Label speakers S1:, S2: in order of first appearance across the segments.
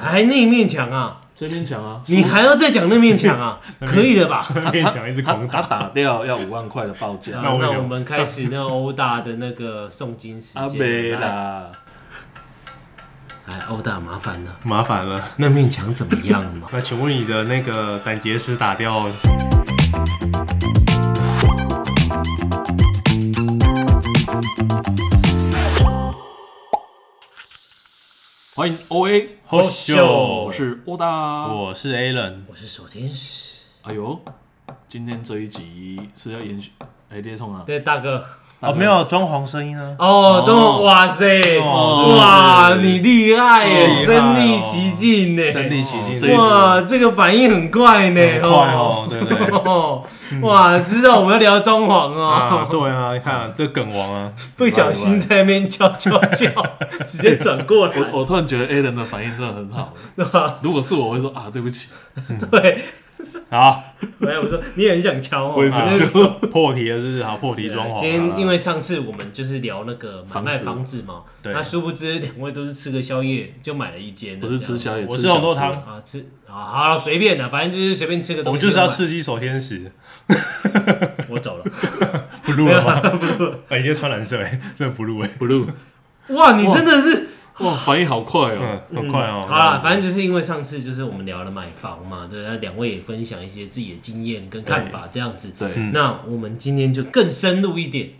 S1: 还那面墙啊？
S2: 这面墙啊，
S1: 你还要再讲那面墙 啊？可以了吧？
S3: 面墙一直
S2: 他
S3: 狂
S2: 他
S3: 打，
S2: 打掉要五万块的报价，
S3: 那我
S1: 那
S3: 有
S1: 我们开始那殴打的那个诵经时
S2: 阿
S1: 间
S2: 啊没
S1: 了。来
S2: 啦，
S1: 来殴打麻烦了。
S3: 麻烦了。
S1: 那面墙怎么样了？
S3: 那请问你的那个胆结石打掉，
S2: 欢迎 O A
S3: 好秀
S2: 我是欧达，
S3: 我是 a l a n
S1: 我是守天使。
S2: 哎呦，今天这一集是要延续哎列冲啊，
S1: 对，大哥。
S3: 哦，没有装潢声音啊，
S1: 哦，中
S2: 哦
S1: 文，哇塞，
S3: 哦
S1: 哇，
S3: 是
S1: 你厉害耶，
S3: 哦
S1: 身临其境呢，
S3: 身临其境，
S2: 这一集
S1: 哇，这个反应很快呢，
S3: 很快哦，对不对？
S1: 哦，哇，知道我们要聊装潢
S3: 啊，
S1: 哦，
S3: 对啊，你看这梗王啊，
S1: 不小心在那边叫叫叫， 直接转过来，
S2: 我我突然觉得 A 人的反应真的很好，
S1: 对吧？
S2: 如果是我我会说啊对不起，
S1: 对，
S3: 好，
S1: 没有，我说你也很想敲哦，
S2: 我也
S1: 今
S2: 想
S1: 天
S2: 敲
S1: 是
S3: 啊破题了，就是好破题装潢啊。
S1: 今天因为上次我们就是聊那个买卖
S2: 房子
S1: 房子嘛，
S3: 对
S1: 那殊不知两位都是吃个宵夜就买了一间的
S2: 不
S1: 这样，
S2: 是吃宵夜，
S3: 我
S2: 吃
S3: 吃好多
S2: 小吃
S3: 汤，
S1: 啊，吃啊，好了，随便的，反正就是随便吃个
S3: 我
S1: 东西。
S3: 们就是要，刺激守天使，
S1: 我走了。
S3: 不录了吗？不录， 哎，你今天穿蓝色，哎，真的不录，哎，
S2: blue，
S1: 哇，你真的是
S2: 哇反应好快哦，
S3: 嗯，很快哦。
S1: 好了，反正就是因为上次就是我们聊了买房嘛，对，那两位也分享一些自己的经验跟看法这样子。
S3: 嗯
S2: 对，
S1: 那我们今天就更深入一点，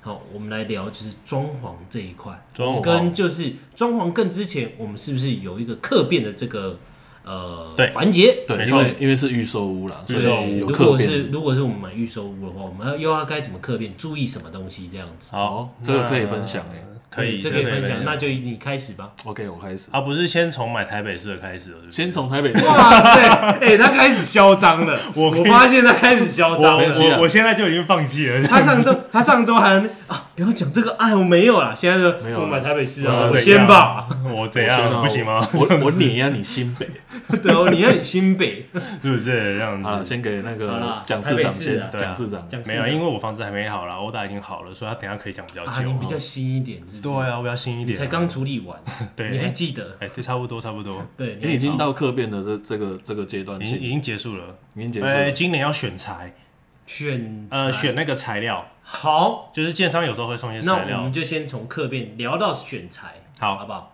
S1: 好，我们来聊就是装潢这一块，
S3: 装潢
S1: 跟就是装潢更之前，我们是不是有一个客变的这个呃
S3: 对
S1: 环节？
S2: 对，
S3: 没
S2: 因
S3: 错
S2: 为因为是预售屋啦，所
S1: 对
S2: 以有
S1: 如
S2: 客
S1: 果
S2: 变
S1: 是如果是我们买预售屋的话，我们要又要该怎么客变，注意什么东西这样子？
S3: 好，
S2: 哦这个可以分享哎
S3: 那可以，
S1: 这个可以分享，
S3: 对
S1: 那就你开始吧。
S2: ，OK 我开始，
S3: 啊，不是先从买台北市的开始哦的，是不是
S2: 先从 台北市，
S1: 哇塞，哎、他开始嚣张了，我
S3: 我可以
S1: 发现他开始嚣张
S2: 没
S1: 了
S2: 关。系啊
S3: 我我我现在就已经放弃了。
S1: 他上周他上周还没啊，不要讲这个，哎，我没有啦，现在就
S2: 没有啦
S1: 我买台北市
S3: 我
S1: 啊，我
S3: 怎样
S1: 先吧。，
S3: 我怎
S2: 我先啊
S3: 样不行吗？
S2: 我我碾压你新北，
S1: 对哦，你看你新北，
S3: 是不是这样
S1: 啊
S2: 好了，
S3: 子？
S2: 先给那
S1: 好
S2: 个
S1: 啦
S2: 蒋
S1: 台
S2: 市
S1: 北
S2: 长
S1: 市啊
S2: 先，
S3: 对啊
S2: 蒋市长，
S1: 讲市
S3: 没
S1: 长
S3: 有，因为我房子还没好啦，欧大已经好了，所以他等一下可以讲比较
S1: 啊，
S3: 久
S1: 你。比较新一点，是不是？
S3: 对，啊，我比较新一
S1: 你
S3: 点啊。
S1: 才刚处理完，你还
S3: 对，哎
S1: 记得？
S3: 哎，对，差不多差不多，
S1: 对，
S2: 你已经到客变的这这个这个阶段
S3: 已
S2: 性
S3: 经，已经结束了。
S2: 已经结束
S3: 哎，
S2: 了。
S3: 今年要选材，
S1: 选
S3: 呃，
S1: 材
S3: 选那个材料，
S1: 好，
S3: 就是建商有时候会送一些
S1: 那
S3: 材
S1: 我嗯
S3: 料
S1: 们。就先从客变聊到选材，
S3: 好
S1: 好不好？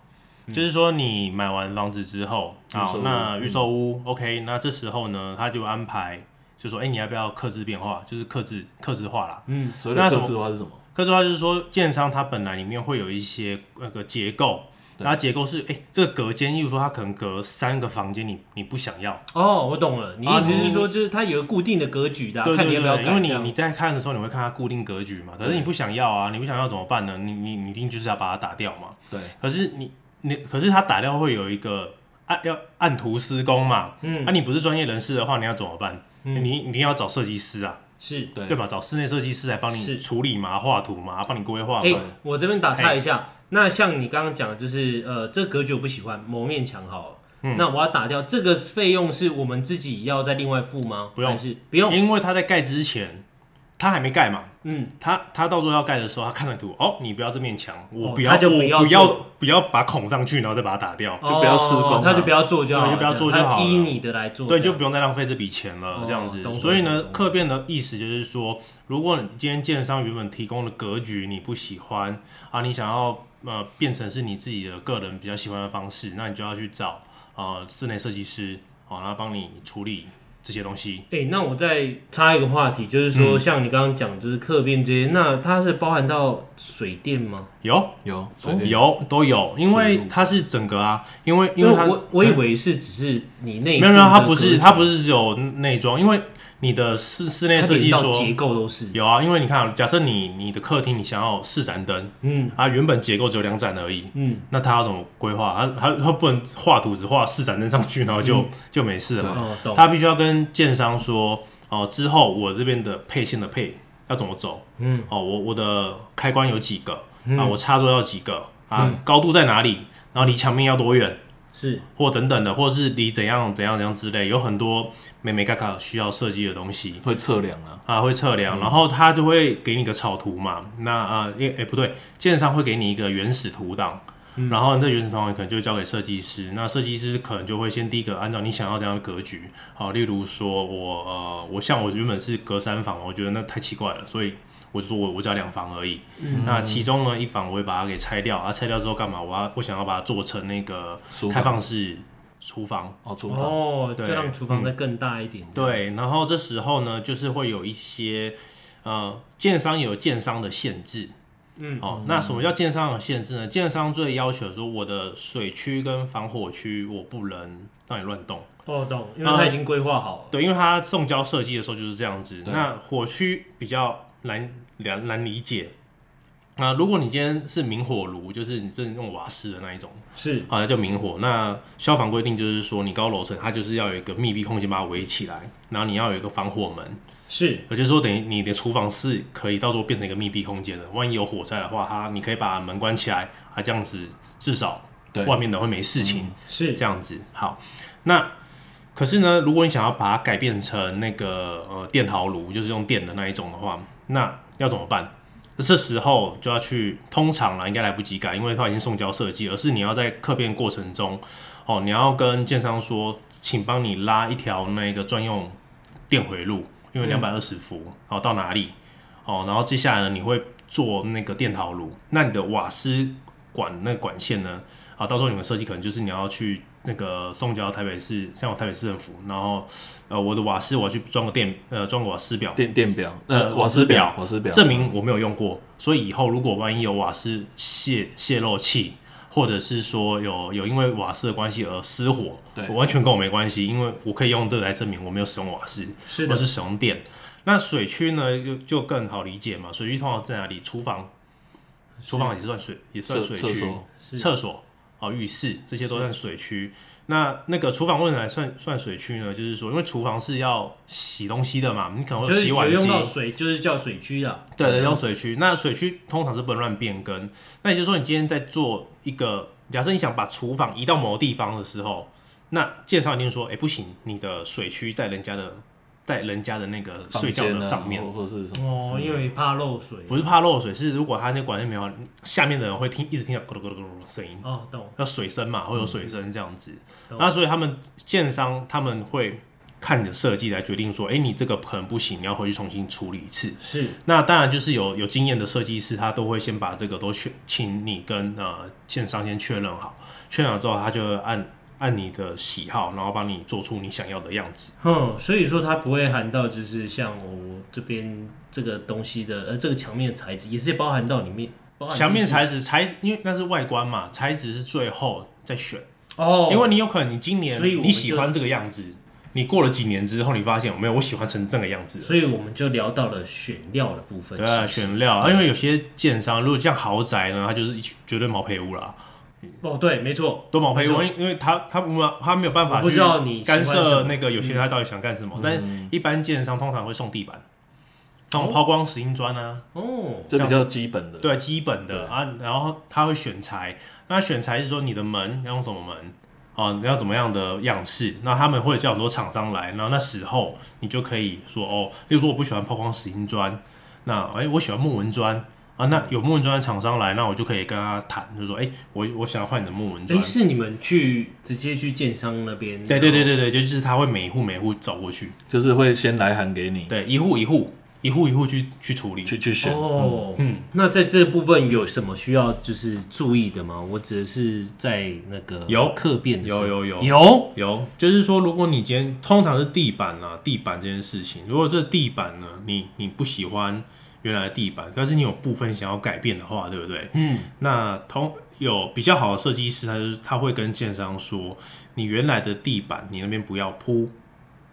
S3: 就是说你买完房子之后，
S2: 预售
S3: 好
S2: 屋，
S3: 那
S1: 嗯
S3: 预售屋、OK，那这时候呢，他就安排，就说，哎、你要不要刻字变化？就是刻字刻字化啦。
S1: 嗯，
S2: 所以的
S3: 那什
S2: 客
S3: 么
S2: 制化是什么？
S3: 刻字化就是说，建商它本来里面会有一些那个结构，
S2: 对
S3: 然后结构是，哎、这个隔间，例如说它可能隔三个房间，你你不想要，
S1: 哦，我懂了，你
S3: 啊
S1: 意思是
S3: 你
S1: 说，就是它有个固定的格局的啊，
S3: 对
S1: 看你
S3: 对
S1: 要不要
S3: 对，因
S1: 改这
S3: 为你
S1: 样
S3: 你。在看的时候，你会看它固定格局嘛，可是你不想要啊，你不想要怎么办呢？你你你一定就是要把它打掉嘛。
S2: 对，
S3: 可是你你可是他打掉会有一个按要按图施工嘛，嗯，啊，你不是专业人士的话，你要怎么办？
S1: 嗯
S3: 你你要找设计师啊，
S1: 是
S2: 对
S3: 对吧？找室内设计师来帮
S1: 是
S3: 你处理嘛、画图嘛、帮你规划
S1: 哎、
S3: 嘛。
S1: 我这边打岔一下，那像你刚刚讲，的就是呃，这格局我不喜欢，某面墙好了。
S3: 嗯
S1: 那我要打掉这个费用，是我们自己要再另外付吗？
S3: 不用
S1: 还是不用。
S3: 因为他在盖之前，他还没盖嘛，
S1: 嗯，
S3: 他他到时候要盖的时候，他看了图，哦，你不要这面墙，我
S1: 哦
S3: 不要，
S1: 他就不
S3: 我
S1: 要
S3: 不要
S1: 做
S3: 不要把它孔上去，然后再把它打掉，
S2: 就不要施工
S1: 哦
S2: 啊
S1: 他就不要做就好了，
S3: 对就不要做就好了
S1: 他依你的来做。
S3: 对，
S1: 这
S3: 就
S1: 样
S3: 不用再浪费这笔钱了，
S1: 哦
S3: 这样子
S1: 懂。
S3: 所以
S1: 懂
S3: 呢
S1: 懂，
S3: 客变的意思就是说，如果你今天建商原本提供的格局你不喜欢啊，你想要呃变成是你自己的个人比较喜欢的方式，那你就要去找呃室内设计师，好、然后帮你处理这些东西。
S1: 哎、那我再插一个话题，就是说，
S3: 嗯
S1: 像你刚刚讲，就是客变这些，那它是包含到水电吗？
S3: 有
S2: 有水电
S3: 哦有都有，因为它是整个啊，因为因为它嗯
S1: 我我以为是只是你那
S3: 没有没有，它不是它不是只有内装，因为你的室室内设计
S1: 到
S3: 说
S1: 结构都是
S3: 有啊，因为你看啊，假设你你的客厅你想要有四盏灯，
S1: 嗯
S3: 啊，原本结构只有两盏而已，
S1: 嗯
S3: 那他要怎么规划？他他他不能画图只画四盏灯上去，然后就、就没事了嘛。
S1: 哦懂
S3: 他必须要跟建商说，哦、之后我这边的配线的配要怎么走？
S1: 嗯
S3: 哦，我我的开关有几个、啊？我插座要几个啊？
S1: 嗯
S3: 高度在哪里？然后离墙面要多远？
S1: 是
S3: 或等等的，或是离怎样怎样怎样之类，有很多美美嘎嘎需要设计的东西。
S2: 会测量啊，
S3: 啊，会测量，然后他就会给你个草图嘛。那啊，也、诶不对，建商会给你一个原始图档。然后这原始方案可能就交给设计师，那设计师可能就会先第一个按照你想要怎样的格局，好，例如说我呃，我像我原本是隔三房，我觉得那太奇怪了，所以我就说我我只要两房而已。那其中呢一房我会把它给拆掉，啊，拆掉之后干嘛？我要我想要把它做成那个
S2: 书
S3: 开
S2: 房
S3: 放式厨房。
S2: 哦，厨房
S1: 哦，就
S3: 对嗯
S1: 让厨房再更大一点。
S3: 对，然后这时候呢，就是会有一些呃，建商有建商的限制。
S1: 嗯，
S3: 哦，那什么叫建商的限制呢？建商最要求说，我的水区跟防火区我不能让你乱动。
S1: 哦，懂，因为他已经规划好了。
S3: 对，因为它送交设计的时候就是这样子。
S2: 对
S3: 那火区比较难难难理解。那、如果你今天是明火炉，就是你真的用瓦斯的那一种，
S1: 是，
S3: 啊，那叫明火。那消防规定就是说，你高楼层它就是要有一个密闭空间把它围起来，然后你要有一个防火门。
S1: 是，
S3: 也就是说，等于你的厨房是可以到时候变成一个密闭空间的。万一有火灾的话，它你可以把门关起来，啊，这样子至少
S2: 对
S3: 外面的会没事情。
S1: 是，
S3: 这样子。好，那可是呢，如果你想要把它改变成那个呃电陶炉，就是用电的那一种的话，那要怎么办？这时候就要去，通常啦，应该来不及改，因为它已经送交设计，而是你要在客变过程中，哦，你要跟建商说，请帮你拉一条那个专用电回路，因为
S2: 嗯
S3: 两百二十伏，哦，到哪里？哦，然后接下来呢，你会做那个电陶炉，那你的瓦斯管那个管线呢，啊，到时候你们设计可能就是你要去那个送交台北市，像我台北市政府，然后呃我的瓦斯我要去装个电呃装个瓦斯表，
S2: 电电表，
S3: 呃
S2: 呃，瓦斯表，瓦斯表，
S3: 证明我没有用过，所以以后如果万一有瓦斯泄泄漏器，或者是说有有因为瓦斯的关系而失火，
S2: 对
S3: 我完全跟我没关系，因为我可以用这个来证明我没有使用瓦斯，
S1: 是
S3: 或
S1: 的，
S3: 是使用电。那水区呢，就就更好理解嘛，水区通常在哪里？厨房，厨房也算水，也算
S2: 厕
S3: 水
S2: 厕
S3: 区。
S2: 所
S1: 是，
S3: 厕所、哦浴室这些都算水区。那那个厨房为什么算算水区呢？就是说，因为厨房是要洗东西的嘛，你可能
S1: 就
S3: 会有
S1: 是
S3: 洗
S1: 有
S3: 碗
S1: 用到
S3: 机，
S1: 水，就是叫水区啊。
S3: 对
S2: 嗯
S3: 对，用水区。那水区通常是不能乱变更。那也就是说，你今天在做一个，假设你想把厨房移到某个地方的时候，那建商一定说，哎、不行，你的水区在人家的在人家的那个
S2: 房
S3: 睡觉
S2: 间
S3: 的
S2: 啊
S3: 上面。
S2: 或或是什么，
S1: 哦，因为怕漏水。
S3: 不是怕漏水，是如果他那管线没有，下面的人会听一直听到咕噜咕噜咕噜的声音，
S1: 哦，懂，
S3: 要水声嘛，会有
S2: 嗯
S3: 水声这样子。
S1: 懂
S3: 那所以他们建商他们会看你的设计来决定说，哎、你这个可能不行，你要回去重新处理一次。
S1: 是，
S3: 那当然就是有有经验的设计师，他都会先把这个都确，请你跟呃建商先确认好，确认好之后，他就会按按你的喜好，然后帮你做出你想要的样子。
S1: 哼，所以说它不会含到，就是像我这边这个东西的，呃，这个墙面的材质也是包含到里面。包含进去
S3: 墙面材质材，因为那是外观嘛，材质是最后再选，
S1: 哦，
S3: 因为你有可能你今年呃
S1: 所以我们
S3: 你喜欢这个样子，你过了几年之后，你发现没有，我喜欢成这个样子了。
S1: 所以我们就聊到了选料的部分。
S3: 对啊，选料啊，因为有些建商，如果像豪宅呢，它就是一绝对毛坯屋啦，
S1: 哦，对，没错，
S3: 都毛坯
S1: 没
S3: 屋，
S1: 错
S3: 因因为他他没有他没有办法
S1: 我不
S3: 去
S1: 知道你喜欢
S3: 干
S1: 什么嗯
S3: 涉那个有些人他到底想干什么，但一般建商通常会送地板，那种抛光石英砖啊，
S1: 哦，
S2: 这比较基本的，
S3: 对，基本
S2: 对
S3: 的啊，然后他会选材，那选材是说你的门要用什么门。哦，你要怎么样的样式？那他们会叫很多厂商来，然后那时候你就可以说哦，例如说我不喜欢抛光石英砖，那哎、我喜欢木纹砖啊，那有木纹砖的厂商来，那我就可以跟他谈，就说哎、我我想要换你的木纹
S1: 哎，
S3: 砖。
S1: 是你们去直接去建商那边？
S3: 对对对对对，就是他会每一户每一户找过去，
S2: 就是会先来函给你
S3: 对，一户一户一户一户去去处理。
S2: 去去选，
S1: 哦，嗯，那在这部分有什么需要就是注意的吗？我指的是在那个
S3: 有
S1: 客变的时候
S3: 有有有
S1: 有
S3: 有，就是说，如果你今天通常是地板啊，地板这件事情，如果这地板呢，你你不喜欢原来的地板，但是你有部分想要改变的话，对不对？
S1: 嗯，
S3: 那通有比较好的设计师，他就是他会跟建商说，你原来的地板你那边不要铺。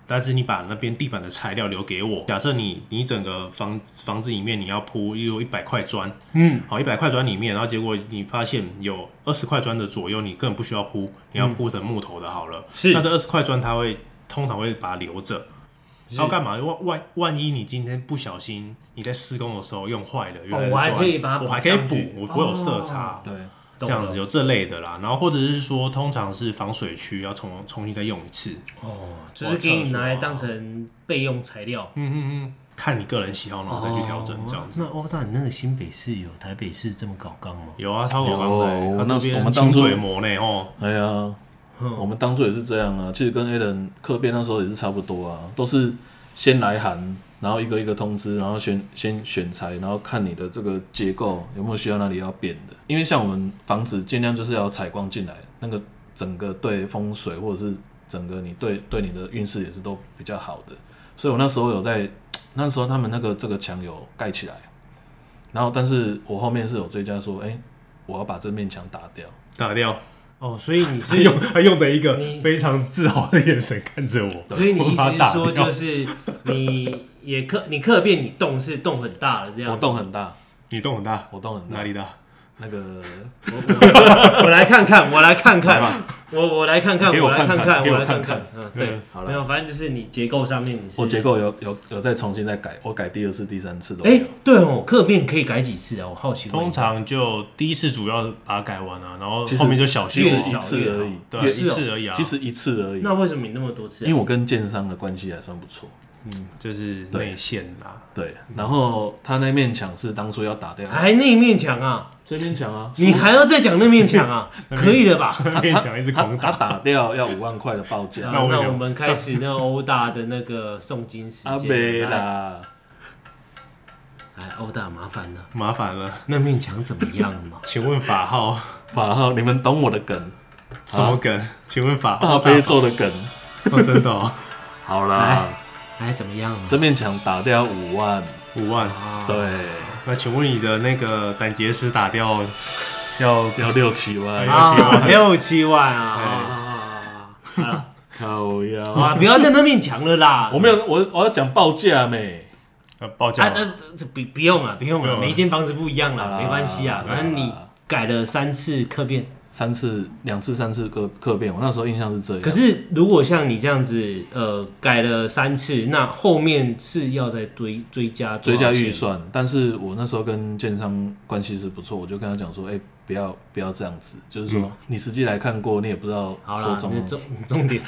S3: 但是你把那边地板的材料留给我。假设你你整个房房子里面你要铺，例如一百块砖，
S1: 嗯，
S3: 好，一百块砖里面，然后结果你发现有二十块砖的左右，你根本不需要铺，你要铺成木头的好了。
S1: 嗯是
S3: 那这二十块砖，它会通常会把它留着，
S1: 是
S3: 然后干嘛？万万万一你今天不小心你在施工的时候用坏了，原
S1: 哦
S3: 来的
S1: 我还
S3: 砖
S1: 可以把它
S3: 我
S1: 补
S3: 还可以
S1: 上去
S3: 补，我不会有色
S1: 哦
S3: 差。
S2: 对，
S1: 懂
S3: 这样
S1: 了
S3: 子有这类的啦，然后或者是说，通常是防水区要重重新再用一次。
S1: 哦，就是给你拿来当成备用材料。
S3: 嗯嗯嗯，看你个人喜好，然后再去调整这样子。
S1: 子。哦那欧大，你那个新北市有台北市这么搞纲吗？
S3: 有啊，超狗刚
S2: 有
S3: 来，
S2: 我
S3: 他
S2: 哦那
S3: 这
S2: 我
S3: 边
S2: 们当
S3: 清
S2: 初
S3: 水模呢哦，
S2: 哎呀，我们当初也是这样啊，其实跟 A 人客变那时候也是差不多啊，都是先来函，然后一个一个通知，然后先先选材，然后看你的这个结构有没有需要哪里要变的。因为像我们房子尽量就是要采光进来，那个整个对风水或者是整个你对对你的运势也是都比较好的。所以我那时候有在，那时候他们那个这个墙有盖起来，然后但是我后面是有追加说，哎、我要把这面墙打掉。
S3: 打掉，
S1: 哦，所以你
S3: 他
S1: 是
S3: 用他用的一个
S1: 你
S3: 非常自豪的眼神看着我，
S1: 所以你
S3: 我
S1: 意
S3: 把
S1: 思
S3: 它
S1: 是
S3: 打
S1: 说，
S3: 掉
S1: 就是你也客你客变你动是动很大了这
S2: 我
S1: 样。
S2: 洞很大，
S3: 你动很大，
S2: 我洞很大
S3: 哪。里大？
S2: 那个，
S1: 我来看看，我来看
S2: 来
S1: 看
S2: 吧，
S1: 我我来看看，
S2: 给我
S1: 来看
S2: 看看给
S1: 我
S2: 我
S1: 来看
S2: 看
S1: 看。嗯，对
S3: 对，
S2: 好
S1: 没
S2: 了，
S1: 有，反正就是你结构上面你是
S2: 我结构有有有再重新再改，我改第二次、第三次都有。
S1: 哎，对哦，客变可以改几次啊？我好奇问一
S3: 通
S1: 下。
S3: 常就第一次主要把它改完了、然后
S2: 其实
S3: 后面就小
S2: 其
S3: 修
S2: 实
S3: 小
S2: 一次而已，
S3: 对啊，
S2: 也
S3: 一
S1: 是哦
S3: 次而已啊。
S2: 其实一次而已。
S1: 那为什么你那么多次
S2: 因
S1: 啊？
S2: 为我跟建商的关系还算不错，
S3: 就是内线啦，
S2: 对。然后他那面墙是当初要打掉，
S1: 还那面墙啊？
S2: 这面墙啊，
S1: 你还要再讲那面墙啊？可以了吧？
S3: 面墙一直
S2: 他
S3: 狂
S2: 他
S3: 打，
S2: 打掉要五万块的报价，
S1: 那
S3: 那我
S1: 啊那
S3: 有
S1: 我们开始那欧大的那个诵经时
S2: 阿
S1: 间
S2: 北
S1: 来。
S2: 啊啦，
S1: 来，欧大麻烦了，
S3: 麻烦了。
S1: 那面墙怎么样了嘛？
S3: 请问法号
S2: 法号你们懂我的梗，
S3: 什么梗？请问法
S2: 大
S3: 号啊
S2: 悲咒的梗，
S3: 哦，真的哦，
S2: 好啦，
S1: 哎，怎么样了嘛？
S2: 这面墙打掉五万，
S3: 五万。
S1: 啊，
S2: 对，
S3: 那请问你的那个胆结石打掉要
S2: 要六七万，
S1: 啊， 六七万啊
S3: 哎
S1: 啊！好了，
S2: 靠腰。
S1: 啊，不要在那面墙了啦。
S2: 我没有，我我要讲报价没？
S3: 要呃报
S1: 啊，
S3: 价吗？
S1: 那这不不用啊了，不用
S3: 不
S1: 了，
S3: 用了
S1: 每一间房子不一样啦，
S2: 啊
S1: 没关系啊，
S2: 对啊
S1: 反正你改了三次客变。
S2: 三次、两次、三次各各变，我那时候印象是这样。
S1: 可是如果像你这样子，呃，改了三次，那后面是要再追追加多
S2: 追
S1: 少
S2: 加
S1: 钱
S2: 预算，但是我那时候跟建商关系是不错，我就跟他讲说，哎、不要不要这样子，就是说、你实际来看过，你也不知道
S1: 好
S2: 说
S1: 啦，
S2: 中
S1: 那重重点。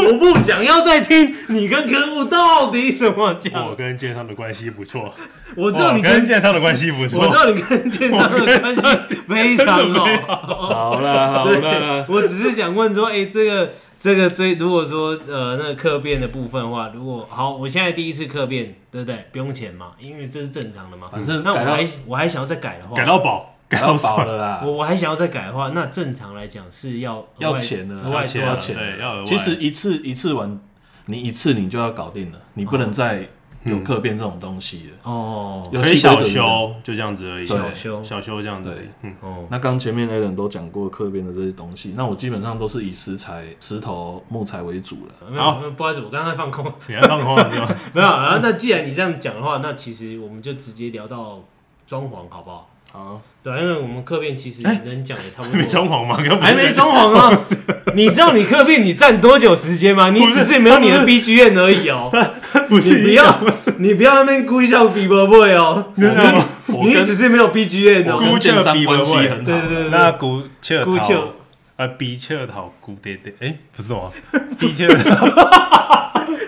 S1: 我不想要再听你跟客户到底怎么
S3: 我
S1: 讲。
S3: 跟建商的关系不错，
S1: 我知道你
S3: 我
S1: 跟
S3: 跟建商的关系不
S1: 我知
S3: 错，
S1: 道你跟建商的关系 非常好，
S2: 好啦好啦，
S1: 我只是想问说，哎、这个这个追，如果说呃那个客变的部分的话，如果好，我现在第一次客变，对不对？不用钱嘛，因为这是正常的嘛。
S2: 反正
S1: 那我
S2: 改到
S1: 还我还想要再改的话，
S3: 改到宝，改
S2: 改到
S3: 到爽
S2: 饱 了啦
S1: 我，我还想要再改的话，那正常来讲是要额外
S2: 要钱的啦
S1: 额外
S3: 要
S1: 多
S3: 钱
S1: 少
S3: 啊
S1: 钱？
S3: 对要额外
S2: 其实一次一次完，你一次你就要搞定了，你不能再有客变这种东西了。
S1: 哦
S2: 游
S3: 可以
S2: 戏规
S3: 小
S2: 则是这样
S3: 修，就这样子而已，
S2: 对
S3: 小
S1: 修
S3: 小修这样子而已
S2: 对。
S3: 嗯，
S1: 哦，
S2: 那刚前面 A 人都讲过客变的这些东西，那我基本上都是以石材、石头、木材为主了。
S1: 没有，
S3: 好
S1: 没有不好意思，我刚刚在放空。
S3: 你还放空了是吧？
S1: 没有， 然后那既然你这样讲的话，那其实我们就直接聊到装潢好不好？
S2: 好，
S1: 对啊，因为我们客变其实能讲的差不
S3: 哎还没
S1: 多，
S3: 装潢啊吗？刚刚不是
S1: 还没装潢 啊。你知道你客变你占多久时间吗？你只是没有你的 B G N 而已哦。
S3: 不是
S1: 你不
S3: 一样
S1: 要，你不要那边故意笑 B boy 哦，
S2: 我跟我
S1: 你也
S2: 跟
S1: 只是没有 B G N
S2: 我
S1: 哦。
S2: 跟建商关系
S3: 孤
S2: 很好。
S1: 对对对
S3: 那
S1: 对，
S3: 古切尔
S1: 古切尔
S3: 桃，呃，比切尔桃古爹爹，哎，不是 吗？比切尔桃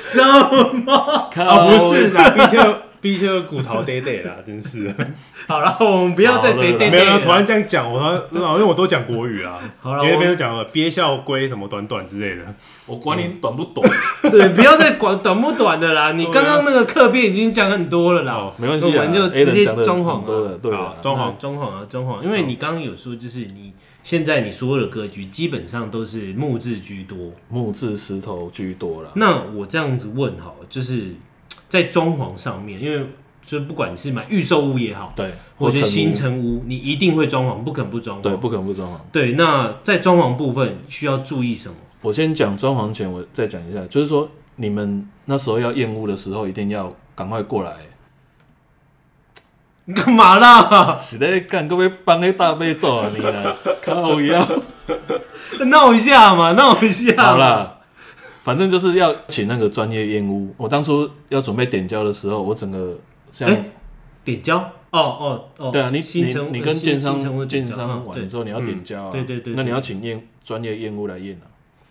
S1: 什么？
S2: 靠
S3: 啊不是啦，比切尔比切尔骨头爹爹啦，真是的。
S1: 好了，我们不要再谁对
S3: 没
S1: 对
S3: 有啦，
S1: 了。
S3: 突然这样讲，我好像好像我都讲国语啦。
S1: 好啦
S3: 因为
S1: 我
S3: 那边都讲了憋笑龟什么短短之类的，
S2: 我管你短不短，
S1: 对，不要再管短不短的啦。你刚刚那个客变已经讲很多了啦
S3: 哦。
S2: 啊没关系啊，
S1: 我们就直
S2: A 人
S1: 接
S2: 讲得
S1: 装潢啊
S2: 很多了，对啊
S3: 好，装潢
S1: 那装潢啊，装潢，因为你刚刚有说，就是你现在你所有的格局基本上都是木质居多。
S2: 木质石头居多啦。
S1: 那我这样子问好，就是在装潢上面，因为就不管你是买预售屋也好，
S2: 对，
S1: 或者是
S2: 成屋
S1: 新城屋，你一定会装潢，不可能不装潢。
S2: 对，不可能不装潢。
S1: 对那在装潢部分需要注意什么？
S2: 我先讲装潢前，我再讲一下，就是说你们那时候要验屋的时候，一定要赶快过来。
S1: 你干嘛啦？
S2: 是在干，各位帮那大背做啊你啊，靠腰。
S1: 闹一下嘛，闹一下。
S2: 好，啦，反正就是要请那个专业验屋。我当初要准备点交的时候，我整个像、
S1: 哎点交。哦哦哦，
S2: 对啊，你
S1: 新城屋
S2: 你你
S1: 呃
S2: 跟
S1: 新
S2: 建
S1: 新城屋点
S2: 商建
S1: 交
S2: 商
S1: 嗯对
S2: 完之后，你要点交啊，
S1: 对对对对
S2: 那你要请验专业验屋来验啊。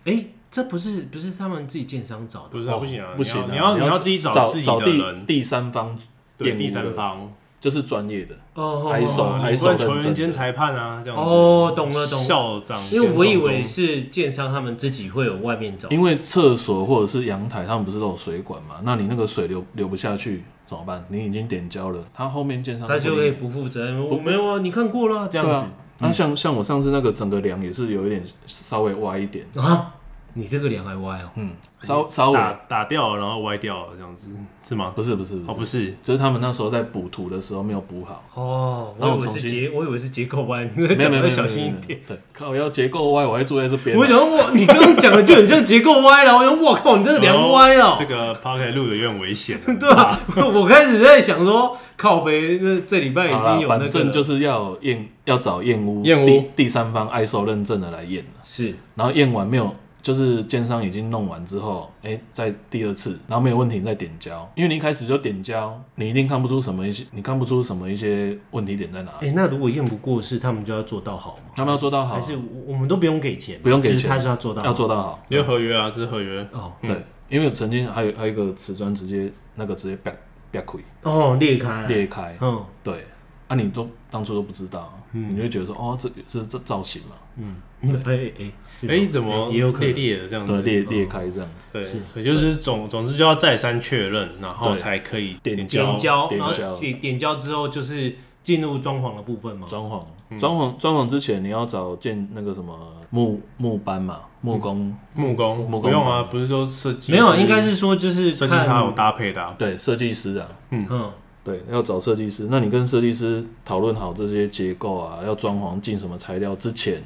S1: 哎，这不是不是他们自己建商找的
S3: 不，是啊，不行啊，
S2: 不行啊，
S3: 你要你要你要自己
S2: 找
S3: 自己
S2: 找
S3: 的
S2: 第
S3: 人，
S2: 第三方
S3: 对
S2: 验
S3: 第
S2: 屋
S3: 三
S2: 的
S3: 方，
S2: 就是专业的，
S1: 哦
S2: 还手
S3: 哦
S2: 还
S3: 你不然
S2: 手
S3: 球
S2: 认
S3: 员
S2: 证
S3: 兼
S2: 的
S3: 裁判啊，这样子
S1: 哦懂了懂了
S3: 校长，
S1: 因为我以为是建商他们自己会有外面找，
S2: 因为厕所或者是阳台，他们不是都有水管嘛？那你那个水流流不下去怎么办？你已经点胶了，它后面建商
S1: 他
S2: 都不
S1: 就会
S2: 理
S1: 不负责任。我没有啊，你看过了啊这样
S2: 对啊
S1: 子
S2: 那像像我上次那个整个梁也是有一点稍微歪一点，
S1: 啊，你这个脸还歪哦，
S2: 嗯，稍稍
S3: 打
S2: 微
S3: 打掉了然后歪掉了这样子是吗？
S2: 不是不是不
S3: 哦，
S2: 是，
S3: 不是，
S2: 就是他们那时候在补土的时候没有补好，
S1: 哦，我
S2: 然后
S1: 以为
S2: 重
S1: 是
S2: 新
S1: 结，我以为是结构歪，你
S2: 没有没有
S1: 讲
S2: 没有没
S1: 的
S2: 有
S1: 小心一
S2: 没有
S1: 点。
S2: 对，靠， 要结构歪，我还住在这边啊，
S1: 我想说我你刚刚讲的就很像结构歪了，我想我靠，你这 个梁歪了
S2: 哦
S3: 这。个 p o c k e t 录的有点危险，
S1: 对啊，我开始在想说，靠北那这礼拜已
S2: 好
S1: 经
S2: 啦
S1: 有那个了，
S2: 反正就是要验要找验屋
S1: 验屋
S2: 第第三方哎 ISO 认证的来验了
S1: 是
S2: 然后验完没有，就是建商已经弄完之后，哎、再第二次，然后没有问题你再点胶，因为你一开始就点胶，你一定看不出什么一些，你看不出什么一些问题点在哪
S1: 哎、
S2: 里。
S1: 那如果验不过是他们就要做到好吗？
S2: 他们要做到好啊
S1: 还，是我我们都不用给钱，
S2: 不用给钱
S1: 就是他是要做到好
S2: 要做到好，
S3: 因为合约啊，这是合约，
S1: 哦
S2: 对，因为曾经还有还有一个瓷砖直接那个直接掰掰开
S1: 哦裂开
S2: 裂开，
S1: 嗯
S2: 对，啊你都当初都不知道，你就会觉得说哦这是这造型嘛，
S1: 嗯 哎哎是
S3: 哎，怎么
S1: 也有可
S3: 裂
S1: 能
S3: 裂的这样
S2: 对
S3: 子？
S2: 裂裂开这样子，
S3: 对，
S1: 是
S3: 所以就是总总之就要再三确认，然后
S2: 对
S3: 才可以
S2: 点胶
S1: 点胶，
S2: 点
S1: 然后
S2: 胶
S1: 点点胶之后就是进入装潢的部分嘛。
S2: 装潢装潢装潢之前你要找建那个什么木木班嘛木工，
S3: 木工，
S2: 木工
S3: 不用啊，不是说设计师
S1: 没有，应该是说就是
S3: 设计师他有
S1: 看
S3: 搭配的啊，
S2: 对设计师啊，
S1: 嗯
S2: 对，要找设计师。那你跟设计师讨论好这些结构啊，要装潢进什么材料之前，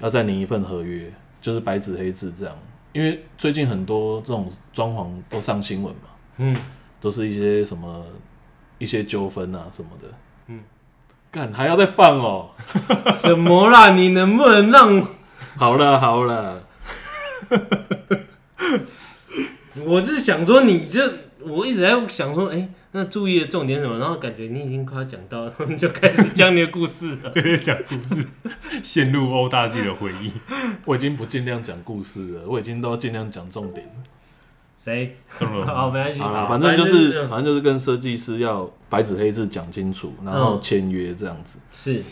S2: 要再拟一份合约，就是白纸黑字这样。因为最近很多这种装潢都上新闻嘛，
S1: 嗯，
S2: 都是一些什么一些纠纷啊什么的。嗯，干还要再放哦？
S1: 什么啦？你能不能让
S2: 好了好了，
S1: 我就是想说，你这我一直在想说，哎、那注意的重点是什么？然后感觉你已经快要讲到， 他们就开始讲你的故事了。
S3: 讲故事，陷入欧大记的回忆。
S2: 我已经不尽量讲故事了，我已经都尽量讲重点了。
S1: 谁？
S3: 懂 了
S1: 好，没关系
S2: 好啦，啊反正就是
S1: 嗯
S2: 反正就是跟设计师要白纸黑字讲清楚，然后
S1: 嗯
S2: 签约这样子。
S1: 是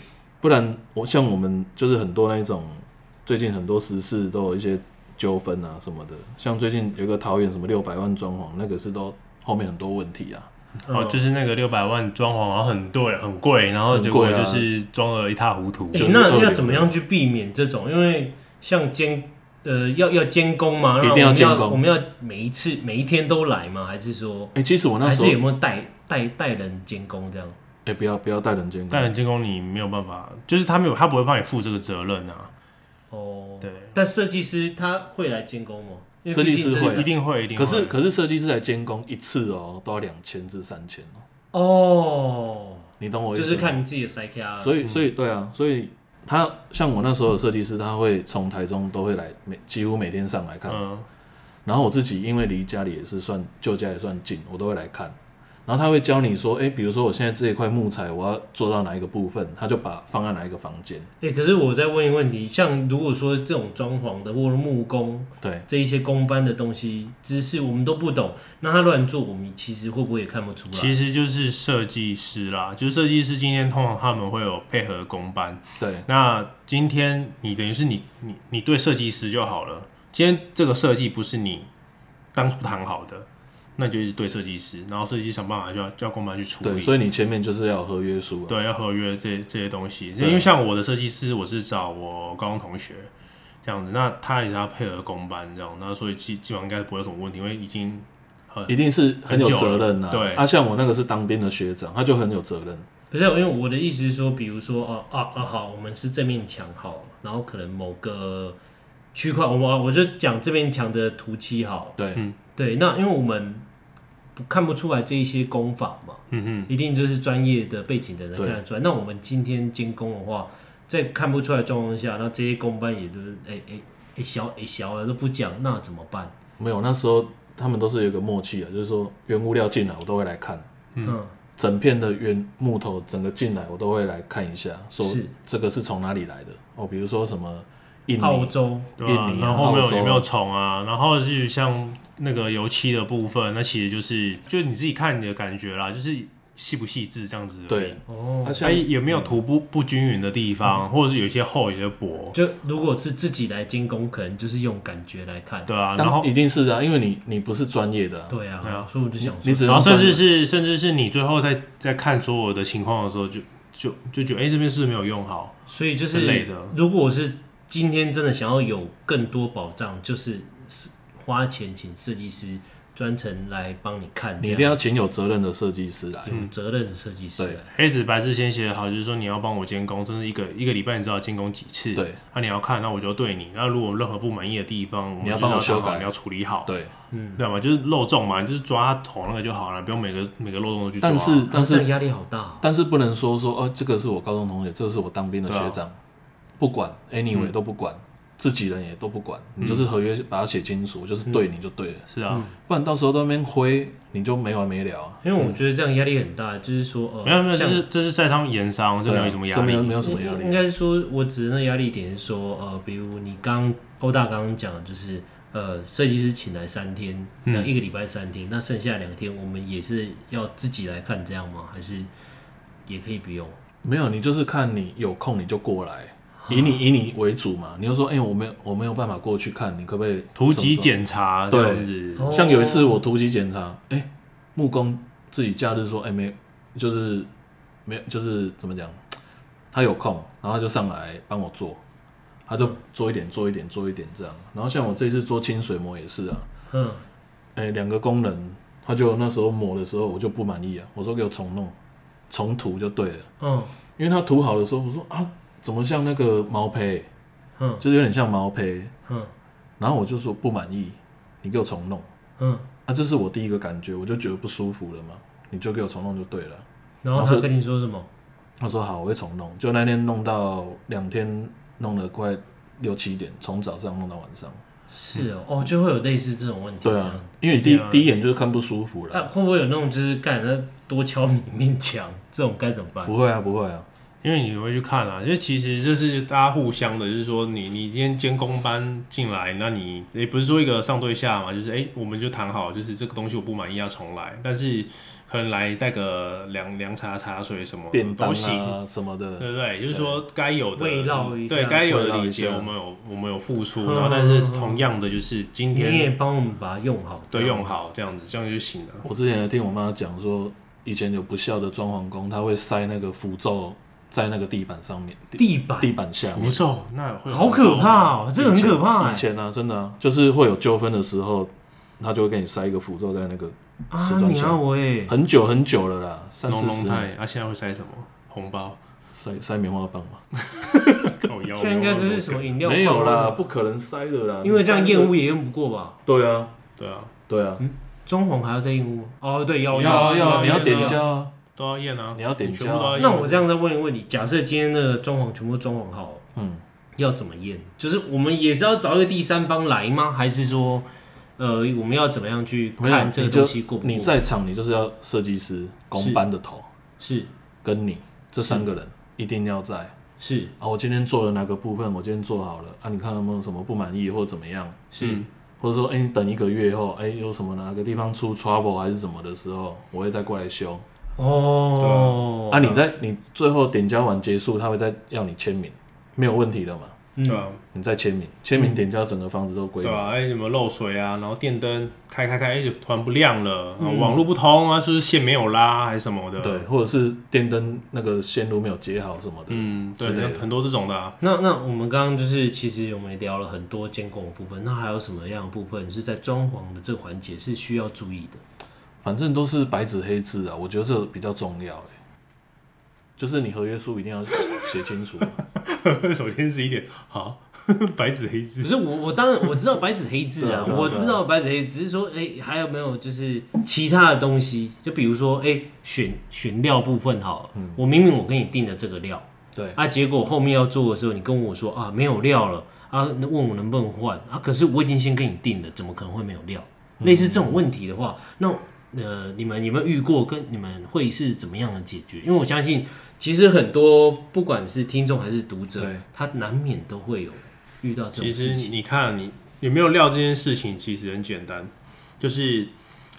S2: 不然我像我们就是很多那一种，最近很多时事都有一些纠纷啊什么的，像最近有一个桃园什么六百万装潢，那个是都后面很多问题啊，
S1: 嗯
S3: 哦，就是那个六百万装潢，然后很对，很贵，然后结果
S2: 很贵
S3: 就
S2: 啊
S3: 是装的一塌糊涂。
S2: 就
S1: 诶
S2: 是
S1: 那
S2: 二流
S1: 要怎么样去避免这种？因为像监呃，要要监工嘛，
S2: 一
S1: 那我
S2: 定
S1: 们
S2: 要监工
S1: 我们要每一次每一天都来吗？还是说
S2: 哎、其实我那
S1: 还
S2: 时
S1: 是
S2: 候
S1: 有没有带带带人监工这样？
S2: 哎、不要不要带人监
S3: 但
S2: 工，
S3: 很监工你没有办法，就是他没有，他不会帮你负这个责任啊。
S1: 哦，
S3: 对。
S1: 但设计师他会来监工吗？因为
S2: 设计
S1: 毕竟
S2: 师
S1: 这
S2: 会啊
S3: 一定会，一定嗯
S2: 可
S3: 会。
S2: 是可是设计师来监工一次哦、都要两千至三千哦，
S1: 哦，
S2: 你懂我意
S1: 就
S2: 思
S1: 是
S2: 吗
S1: 看你自己的 psyche 啊。
S2: 所以所以对啊，所以他像我那时候的设计师，他会从台中都会来每几乎每天上来看，
S3: 嗯，
S2: 然后我自己因为离家里也是算旧家也算近，我都会来看。然后他会教你说，哎，比如说我现在这一块木材，我要做到哪一个部分，他就把放在哪一个房间。
S1: 哎、可是我再问一个问题，像如果说这种装潢的或者木工
S2: 对，
S1: 这一些工班的东西知识，我们都不懂，那他乱做，我们其实会不会也看不出来？
S3: 其实就是设计师啦，就是设计师今天通常他们会有配合工班，
S2: 对，
S3: 那今天你等于是你你你对设计师就好了。今天这个设计不是你当初谈好的，那你就是对设计师，然后设计师想办法就要就要公办去处
S2: 对，
S3: 理。
S2: 所以你前面就是要有合约书、啊。
S3: 对，要合约这这些东西，
S2: 对
S3: 因为像我的设计师，我是找我高中同学这样子，那他也是要配合公班这样，那所以基基本上应该不会有什么问题，因为已经很
S2: 一定是很有
S3: 很久
S2: 责
S3: 了
S2: 任呐、啊。
S3: 对
S2: 啊，像我那个是当兵的学长，他就很有责任。
S1: 不是，因为我的意思是说，比如说，哦啊啊，好，我们是这面墙好，然后可能某个区块，我我我就讲这面墙的涂漆好，
S2: 对，
S1: 对，那因为我们不看不出来这一些工法嘛，
S3: 嗯
S1: 一定就是专业的背景的人
S2: 对
S1: 看得出来。那我们今天监工的话，在看不出来的状况下，那这些工班也就是哎哎哎小哎小了都不讲，那怎么办？
S2: 没有那时候他们都是有一个默契啊，就是说原物料进来我都会来看，
S1: 嗯，
S2: 整片的原木头整个进来我都会来看一下，说
S1: 是
S2: 这个是从哪里来的哦，比如说什么。印
S1: 嗯澳
S2: 尼，
S1: 洲，
S3: 对啊
S2: 印尼啊
S3: 然后后面
S2: 澳洲
S3: 有有没有虫啊？然后至于像那个油漆的部分，那其实就是就是你自己看你的感觉啦，就是细不细致这样子。
S2: 对，，嗯
S1: 哦
S2: 它，
S3: 它
S2: 像
S3: 有没有涂不不均匀的地方，或者是有一些厚，有些薄，
S1: 就如果是自己来精工，可能就是用感觉来看。
S3: 对啊。然后
S2: 当一定是啊，因为你你不是专业的啊，
S1: 对
S3: 对
S1: 啊
S3: 啊，
S1: 所以我就想说，
S2: 你只
S3: 然后
S2: 能
S3: 甚
S2: 专业
S3: 至是甚至是你最后在在看所有的情况的时候就，就就觉得哎、诶这边是不是没有用好，
S1: 所以就
S3: 之类
S1: 是
S3: 的，
S1: 如果是今天真的想要有更多保障，就是是花钱请设计师专程来帮你看，这
S2: 你一
S1: 样
S2: 定要请有责任的设计师来。
S1: 有
S3: 嗯
S1: 责任的设计师啊
S2: 对
S1: 来。
S3: 黑纸白字先写好，就是说你要帮我监工，真是一个一个礼拜你知道监工几次，啊
S2: 对
S3: 那、你要看，那我就对你，那如果有任何不满意的地方，我
S2: 你要
S3: 们
S2: 帮我
S3: 就是
S2: 修
S3: 讲好
S2: 改
S3: 你要处理好，
S2: 对，
S3: 对吗？就是漏洞嘛，你就是抓他头那个就好了，不用每个每个漏洞都去抓。
S2: 但是但
S1: 啊
S2: 是
S1: 这样压力好大哦，
S2: 但是不能说说哦，这个是我高中同学，这个是我当兵的
S3: 对啊嗯
S2: 学长，不管 anyway、都不管，自己人也都不管，你就是合约把它写清楚，就是
S3: 嗯
S2: 对你就对了，
S3: 是啊，
S2: 不然到时候在那边挥你就没完没了啊。
S1: 因为我觉得这样压力很大，就是说呃，
S3: 没有没有，这
S1: 像
S3: 是这是在商言商，这没有什么
S2: 对啊
S3: 压
S2: 这没有
S3: 力。
S2: 没有什么压力
S1: 应。该是说，我指的那压力点是说，呃，比如你刚欧大刚刚讲的，就是呃，设计师请来三天，
S2: 嗯
S1: 那一个礼拜三天，那剩下两天我们也是要自己来看这样吗？还是也可以不用？
S2: 没有，你就是看你有空你就过来，以你以你为主嘛。你就说，哎、我没有我没有办法过去看，你可不可以
S3: 突
S2: 什么
S3: 击
S2: 时候？
S3: 检查
S2: 对
S3: 这样子，
S1: 哦
S2: 像有一次我突击检查，哎、木工自己假日说，哎、没，就是没有，就是怎么讲，他有空，然后他就上来帮我做，他就做一点做一点做一点这样。然后像我这次做清水膜也是啊，
S1: 嗯，
S2: 哎、两个工人，他就那时候抹的时候我就不满意啊，我说给我重弄，重涂就对了。
S1: 哦，
S2: 因为他涂好的时候，我说啊，怎么像那个毛坯？
S1: 嗯
S2: 就是有点像毛坯。
S1: 嗯
S2: 然后我就说不满意，你给我重弄
S1: 嗯，
S2: 啊！这是我第一个感觉，我就觉得不舒服了嘛，你就给我重弄就对了。
S1: 然后
S2: 老
S1: 他
S2: 师
S1: 跟你说什
S2: 嗯
S1: 么？
S2: 他说好，我会重弄。就那天弄到两天，弄了快六七点，从早上弄到晚上。
S1: 是哦，哦，就会有类似这种问题。
S2: 对
S1: 这
S2: 啊
S1: 样，，
S2: 因为你第一
S3: 对啊
S2: 第一眼就是看不舒服
S1: 那、
S2: 了。
S1: 会不会有那种就是干那多敲你面墙这种该怎么办？
S2: 不会啊，不会啊，
S3: 因为你会去看啊，因为其实这是大家互相的，就是说你你今天监工班进来，那你也不是说一个上对下嘛，就是哎、我们就谈好，就是这个东西我不满意要重来，但是可能来带个凉凉茶茶水什么
S2: 便当
S3: 哦都行。
S2: 啊什么的，
S3: 对不对？就是说该有的
S1: 味道一下
S3: 对该有
S2: 味
S3: 的
S2: 道一
S3: 理解，
S2: 下
S3: 我们有我们有付出，
S1: 嗯
S3: 然后但是同样的就是今
S1: 你也
S3: 天
S1: 帮我们把它用好，
S3: 对用好这样子，这样就行了。
S2: 我之前有听我妈讲说，以前有不孝的装潢工，他会塞那个符咒在那个地板上面，地
S1: 地板，
S2: 地板下
S3: 符
S2: 面。
S3: 咒那会有
S1: 好可怕哦，这个很可怕哎、
S2: 以前啊，真的啊，就是会有纠纷的时候，他就会给你塞一个符咒在那个
S1: 啊
S2: 瓷，砖
S1: 你
S2: 下
S1: 要我哎，
S2: 很久很久了啦，三
S3: 浓
S2: 四
S3: 浓
S2: 十
S3: 态
S2: 年，
S3: 啊，现在会塞什么红包？
S2: 塞塞棉花棒嘛，
S3: 靠腰
S1: 现在应该就是什么饮料
S2: 没有
S1: 罐
S2: 啦，
S1: 啊，
S2: 不可能塞的啦，
S1: 因为这样
S2: 你塞
S1: 验
S2: 那个
S1: 屋也验不过吧？
S2: 对啊，
S3: 对啊，
S2: 对啊，
S1: 装潢还要再验屋？哦，对，要
S3: 嗯
S2: 要
S1: 要
S2: 啊要啊，
S3: 要
S2: 你要
S3: 要
S2: 点
S3: 要
S2: 胶啊，
S3: 都要验啊，
S2: 你要点
S3: 全
S2: 胶
S3: 部都要验。
S1: 那我这样再问一个问题：假设今天那个装潢全部装潢好，
S2: 嗯，
S1: 要怎么验？就是我们也是要找一个第三方来吗？还是说，呃，我们要怎么样去
S2: 没有，
S1: 看这
S2: 你
S1: 个东
S2: 就
S1: 西过不
S2: 你
S1: 过？
S2: 在场，你就是要设计师
S1: 是
S2: 工班的头
S1: 是
S2: 跟你这三个人一定要在。
S1: 是
S2: 啊，我今天做了哪个部分，我今天做好了啊，你看有没有什么不满意或者怎么样，
S1: 是，
S2: 或者说，哎、你等一个月后，哎、有什么哪个地方出 trouble 还是什么的时候，我会再过来修。
S1: 哦，
S2: 啊，
S3: 嗯
S2: 你在你最后点交完结束，他会再要你签名，没有问题的嘛，
S3: 对
S1: 嗯
S3: 啊，
S2: 你再签名，签名点交整个房子都归你。
S3: 嗯对啊，哎，什么漏水啊，然后电灯开开开，哎，就突然不亮了，
S1: 嗯
S3: 然后网络不通啊，是不是线没有拉还是什么的？
S2: 对，，或者是电灯那个线路没有接好什么的，
S3: 嗯，对
S2: 之，类的
S3: 那很多这种的啊。
S1: 那那我们刚刚就是其实我们也聊了很多监控的部分，那还有什么样的部分是在装潢的这个环节是需要注意的？
S2: 反正都是白纸黑字啊，我觉得这比较重要、欸，就是你合约书一定要写清楚。
S3: 首先是一点好， 白纸黑字
S1: 不。是我，我当然我知道白纸黑字啊，
S2: 对啊对啊
S1: 我知道白纸黑字，只是说，哎、还有没有就是其他的东西？就比如说，哎、选选料部分好了，
S2: 嗯
S1: 我明明我跟你定的这个料
S2: 对，
S1: 啊，结果后面要做的时候，你跟我说啊没有料了啊，问我能不能换啊？可是我已经先跟你定了，怎么可能会没有料？
S3: 嗯
S1: 类似这种问题的话，那呃，你们有没有遇过？跟你们会是怎么样的解决？因为我相信，其实很多不管是听众还是读者
S2: 对，
S1: 他难免都会有遇到这种
S3: 其
S1: 事
S3: 实
S1: 情。
S3: 你看，你有没有料这件事情，其实很简单，就是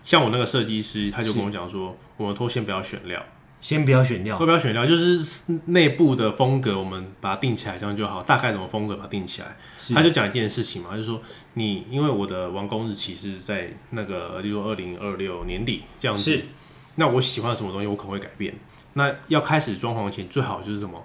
S3: 像我那个设计师，他就跟我讲说，我们拖先不要选料，
S1: 先不要选料
S3: 都，不要选料，就是内部的风格，我们把它定起来，这样就好。大概什么风格把它定起来。
S1: 是
S3: 他就讲一件事情嘛，就是说你因为我的完工日期是在那个，例如二零二六年底这样子
S1: 是，
S3: 那我喜欢什么东西，我可能会改变。那要开始装潢前，最好就是什么？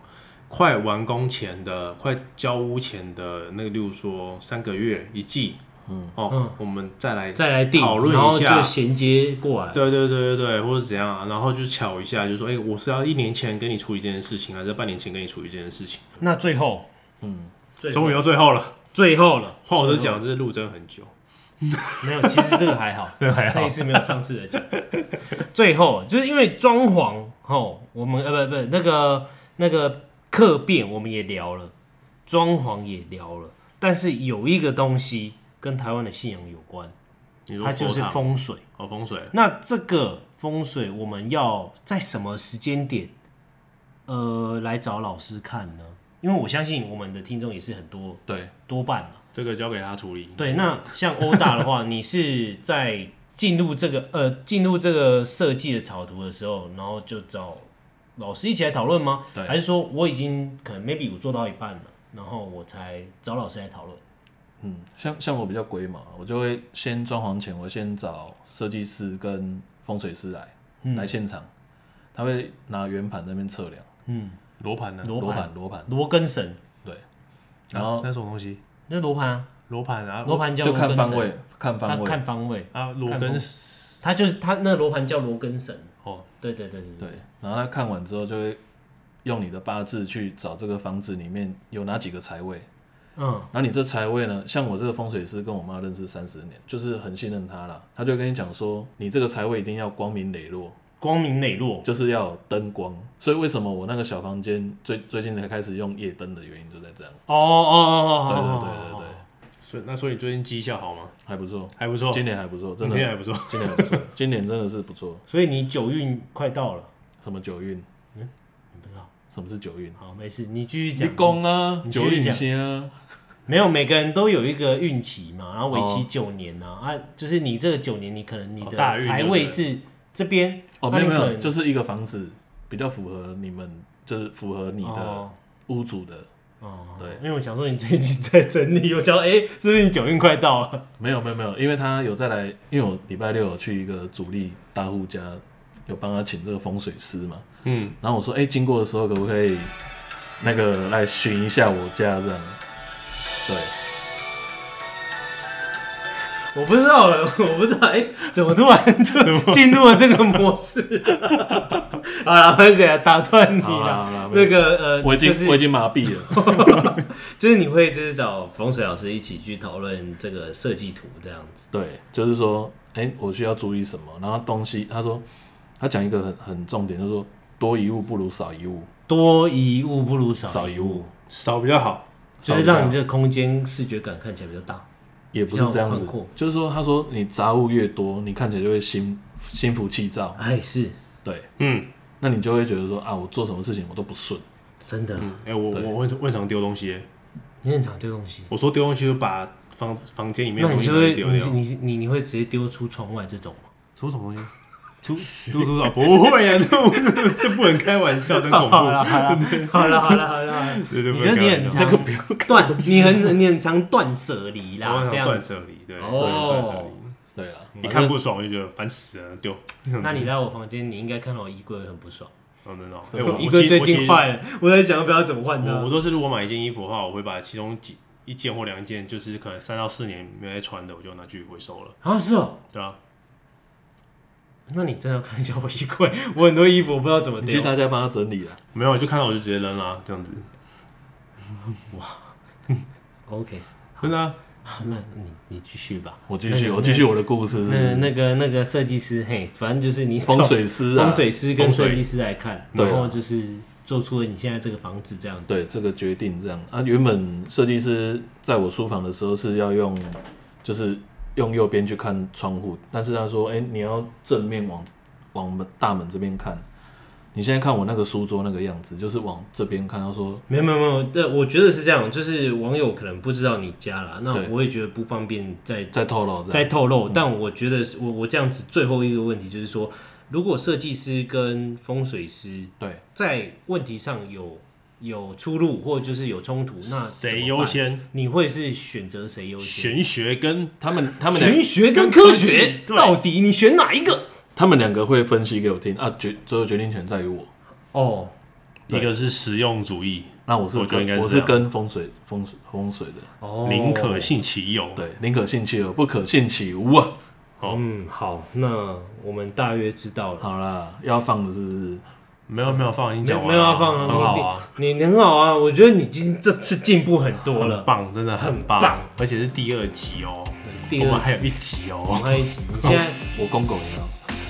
S3: 快完工前的、快交屋前的那个，例如说三个月、一季，嗯，哦，
S1: 嗯
S3: 我们再来
S1: 再来定，
S3: 讨论
S1: 然后
S3: 一下
S1: 就衔接过来。
S3: 对对对对对，或者怎样、啊，然后就巧一下，就说，哎、我是要一年前跟你处理这件事情，还是半年前跟你处理这件事情？
S1: 那最后，嗯，
S3: 终
S1: 于
S3: 于到最后了，
S1: 最后了，
S3: 话我都
S1: 最后
S3: 讲，这路真的很久。
S1: 没有，其实这个还好，
S3: 这个还好
S1: 这一次没有上次的久。最后就是因为装潢，吼，我们呃不不那个那个客变我们也聊了，装潢也聊了，但是有一个东西跟台湾的信仰有关，
S3: 你说
S1: 它就是
S3: 佛堂
S1: 风水。
S3: 哦，风水
S1: 那这个风水我们要在什么时间点，呃，来找老师看呢？因为我相信我们的听众也是很多
S2: 对，
S1: 多半啊
S3: 这个交给他处理。
S1: 对，那像欧大的话， 你是在进入这个呃进入这个设计的草图的时候，然后就找老师一起来讨论吗？
S2: 对
S1: 还是说我已经可能 maybe 我做到一半了，然后我才找老师来讨论？
S2: 嗯，像像我比较龟嘛，我就会先装潢前，我先找设计师跟风水师来、
S1: 嗯
S2: 来现场，他会拿圆盘在那边测量
S3: 罗盘呢？啊
S1: 罗
S2: 嗯罗
S1: 盘、啊
S2: 盘罗盘，
S1: 罗根绳，
S2: 对，然后
S3: 那什么东西？
S1: 那罗盘啊，
S3: 罗盘啊，
S1: 罗盘叫
S2: 就
S1: 罗
S2: 看
S1: 根
S2: 方
S1: 绳，
S2: 位，看
S1: 他
S2: 方位，
S1: 看方位，
S3: 啊，罗
S1: 看
S3: 根
S1: 风他就是他那罗盘叫罗根绳。
S3: 哦，
S1: 对对对对对，
S2: 对，然后他看完之后就会用你的八字去找这个房子里面有哪几个财位，
S1: 嗯，
S2: 然后你这财位呢，像我这个风水师跟我妈认识三十年，就是很信任她啦，她就跟你讲说，你这个财位一定要光明磊落，
S1: 光明磊落，
S2: 就是要有灯光，所以为什么我那个小房间最最近才开始用夜灯的原因就在这样，
S1: 哦哦哦哦，
S2: 对
S1: 哦
S2: 对对对对，
S3: 所以那所以你最近绩效好吗？
S2: 还不错，
S3: 还不错，
S2: 今年还不错，真
S3: 今
S2: 的，
S3: 天还不错。
S2: 今年还不错， 今年真的是不错，
S1: 所以你九运快到了，
S2: 什么九运，
S1: 嗯你不知道，
S2: 什么是九运？
S1: 好，没事，你继续讲。
S2: 你讲啊，
S1: 你继
S2: 九
S1: 续
S2: 运
S1: 讲
S2: 星啊，
S1: 没有，每个人都有一个运期嘛，然后为
S2: 哦
S1: 期九年啊、啊，就是你这个九年，你可能你
S3: 哦大
S1: 的
S3: 运
S1: 财位是这边，
S2: 哦，
S1: 那
S2: 没有
S1: 你
S2: 没
S1: 可
S2: 有，
S1: 能
S2: 就是一个房子比较符合你们，就是符合你的
S1: 哦
S2: 屋主的。
S1: 哦，
S2: 对
S1: 因为我想说你最近在整理，我想哎、诶是不是你九运快到了？
S2: 没有没有没有，因为他有再来，因为我礼拜六有去一个主力大户家，有帮他请这个风水师嘛。
S3: 嗯，
S2: 然后我说，哎、经过的时候可不可以那个来巡一下我家这样？对，
S1: 我不知道了，我不知道，哎、怎么突然 就进入了这个模式？ 好了，潘姐啊打 断你
S2: 好啦好啦
S1: 了，
S2: 没
S1: 那个呃，
S2: 我已经、
S1: 就是
S2: 我已经麻 痹了。
S1: 就是你会就是找风水老师一起去讨论这个设计图这样子，
S2: 对，就是说，哎、我需要注意什么？然后东西，他说他讲一个很很重点，就是说多一物不如少一物，
S1: 多一物不如少
S2: 少一物，
S3: 少比较好。
S1: 就是
S2: 少一
S1: 让
S2: 物
S1: 你这个空间视觉感看起来比较大。
S2: 也不是这样
S1: 比
S2: 子
S1: 较宽阔，
S2: 就是说，他说你杂物越多，你看起来就会心心浮气躁，
S1: 哎，是
S2: 对，
S3: 嗯，
S2: 那你就会觉得说啊，我做什么事情我都不顺，
S1: 真的，
S3: 哎、我
S2: 对
S3: 我问问常丢东西耶，
S1: 嗯你很常丢东西。
S3: 我说丢东西就把房房间里面
S1: 那
S3: 的
S1: 你
S3: 东西
S1: 是
S3: 拿去
S1: 会
S3: 丢
S1: 你
S3: 掉
S1: 是。 你是你你会直接丢出窗外这种吗？
S3: 出什么 东西？出出出啊！不会啊，这这不 能开玩笑，真恐怖。
S1: 好了好了好了好了好了好了，
S3: 对对
S1: 你
S3: 不
S1: 觉得
S3: 能
S1: 你
S3: 开玩
S1: 很
S3: 笑
S1: 常 断，你很你很常断舍离
S3: 我
S1: 啦，
S3: 很
S1: 啊这
S3: 常
S1: 样
S3: 断
S1: 子。
S3: 舍离，对，
S1: 哦
S3: 对断舍离。
S2: 对啊，
S3: 你看不爽我就觉得烦死了，丢。
S1: 那你来我房间，你应该看到我衣柜会很不爽。
S3: 嗯，真的哦。哎
S1: 我
S3: 我
S1: 衣柜最
S3: 我其
S1: 近
S3: 实
S1: 坏了，我在想要不要怎么换
S3: 我我
S1: 它。
S3: 都是如果买一件衣服的话，我会把其中几一件或两件，就是可能三到四年没有在穿的，我就拿去回收了，
S1: 啊，是哦，
S3: 对啊。
S1: 那你真的要看一下我衣柜，我很多衣服我不知道怎么
S2: 你
S1: 丢。
S2: 去他家帮他整理啊，
S3: 没有，就看到我就直接扔了，这样子，
S1: OK，
S3: 真的啊。
S1: 好，那你你继续吧。
S2: 我继 续我继续我的故事是不
S1: 那
S2: 是
S1: 那个那个设计师，嘿，反正就是你
S2: 嗯 风水师啊，
S1: 风水师跟
S3: 风水
S1: 设计师来看，
S2: 对啊
S1: 然后就是做出了你现在这个房子这样子。
S2: 对这个决定这样啊，原本设计师在我书房的时候是要用，就是用右边去看窗户，但是他说，哎、你要正面往往门大门这边看，你现在看我那个书桌那个样子，就是往这边看。他说
S1: 没有没有没有，对，我觉得是这样，就是网友可能不知道你家啦，那
S2: 对啊
S1: 我也觉得不方便再
S2: 在透露这
S1: 再
S2: 样，
S1: 透露。但我觉得是我我这样子最后一个问题就是说，如果设计师跟风水师
S2: 对，
S1: 在问题上有有出入，或者就是有冲突，那
S3: 谁优？先？
S1: 你会是选择谁优先？
S3: 玄学跟
S2: 他们他们两
S1: 玄学跟科学
S3: 对
S1: 到底你选哪一个？
S2: 他们两个会分析给我听啊，决最后决定权在于我。
S1: 哦，
S2: 对
S3: 一个是实用主义，
S2: 那我是
S3: 我觉得应该是
S2: 跟我
S3: 这
S2: 是
S3: 样
S2: 跟风水风水风水的，
S1: 哦，
S3: 宁可。信其有。
S2: 对，宁可信其有，不可信其无啊。
S1: 嗯，好，那我们大约知道了。
S2: 好啦，要放的是不是？
S3: 没有没有放，你
S1: 没有
S3: 讲完
S1: 没有要放啊，
S3: 很好啊，
S1: 你你很好啊，我觉得你今这次进步很多
S3: 很
S1: 了。
S3: 棒，真的很
S1: 很棒
S3: 棒，而且是第二集哦，
S1: 第
S3: 我
S1: 二
S3: 们还
S1: 集，
S3: 有一集
S1: 我们
S3: 哦，
S1: 还有一集，你现在
S2: 我公狗也要。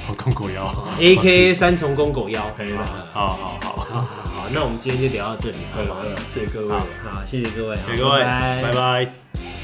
S3: 好痛苦哟，
S1: A K A 三重公狗腰。
S2: 可以了
S1: 好
S3: 好好好，
S1: 好好好，那我们今天就聊到这里，好不好？
S2: 谢谢各
S1: 好，谢谢各位，好
S3: 谢谢各位，
S1: 拜
S3: 拜拜。